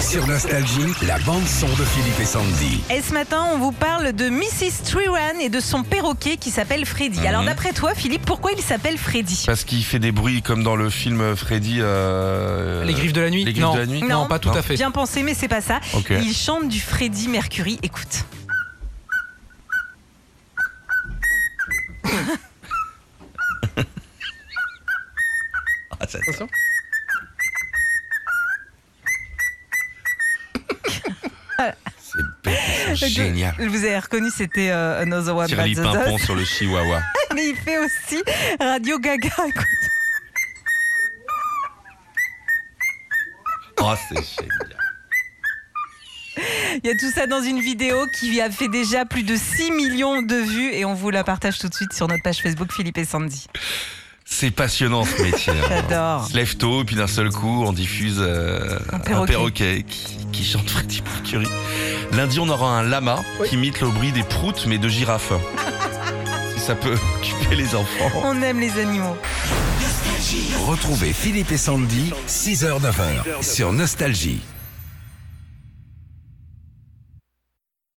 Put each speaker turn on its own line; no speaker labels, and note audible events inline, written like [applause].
Sur Nostalgie, la bande-son de Philippe et Sandy.
Et ce matin, on vous parle de Mrs. Treeran et de son perroquet qui s'appelle Freddy. Alors
Mhm.
d'après toi, Philippe, pourquoi il s'appelle Freddy
Parce qu'il fait des bruits comme dans le film Freddy. euh,
Les griffes de la nuit
Les griffes
non.
de la nuit
Non, pas tout
Non.
à fait.
Bien pensé, mais c'est pas ça.
Ok.
Il chante du Freddy Mercury. Écoute.
C'est bête, mais
[laughs]
c'est génial.
Vous avez reconnu, c'était euh, Another One
Tirely
Bites the Dust.
Pimpon sur le chihuahua.
Mais [laughs] il fait aussi Radio Gaga. Écoute.
Oh, c'est génial.
Il y a tout ça dans une vidéo qui a fait déjà plus de 6 millions de vues et on vous la partage tout de suite sur notre page Facebook Philippe et Sandy.
C'est passionnant ce métier. hein.
J'adore.
On se lève tôt, puis d'un seul coup, on diffuse euh,
Un
un
perroquet.
perroquet, qui, qui chante Freddy Mercury. Lundi, on aura un lama qui imite le bruit des proutes, mais de
[laughs]
girafe. si ça peut occuper les enfants.
On aime les animaux.
Retrouvez Philippe et Sandy, 6h-9h, sur Nostalgie.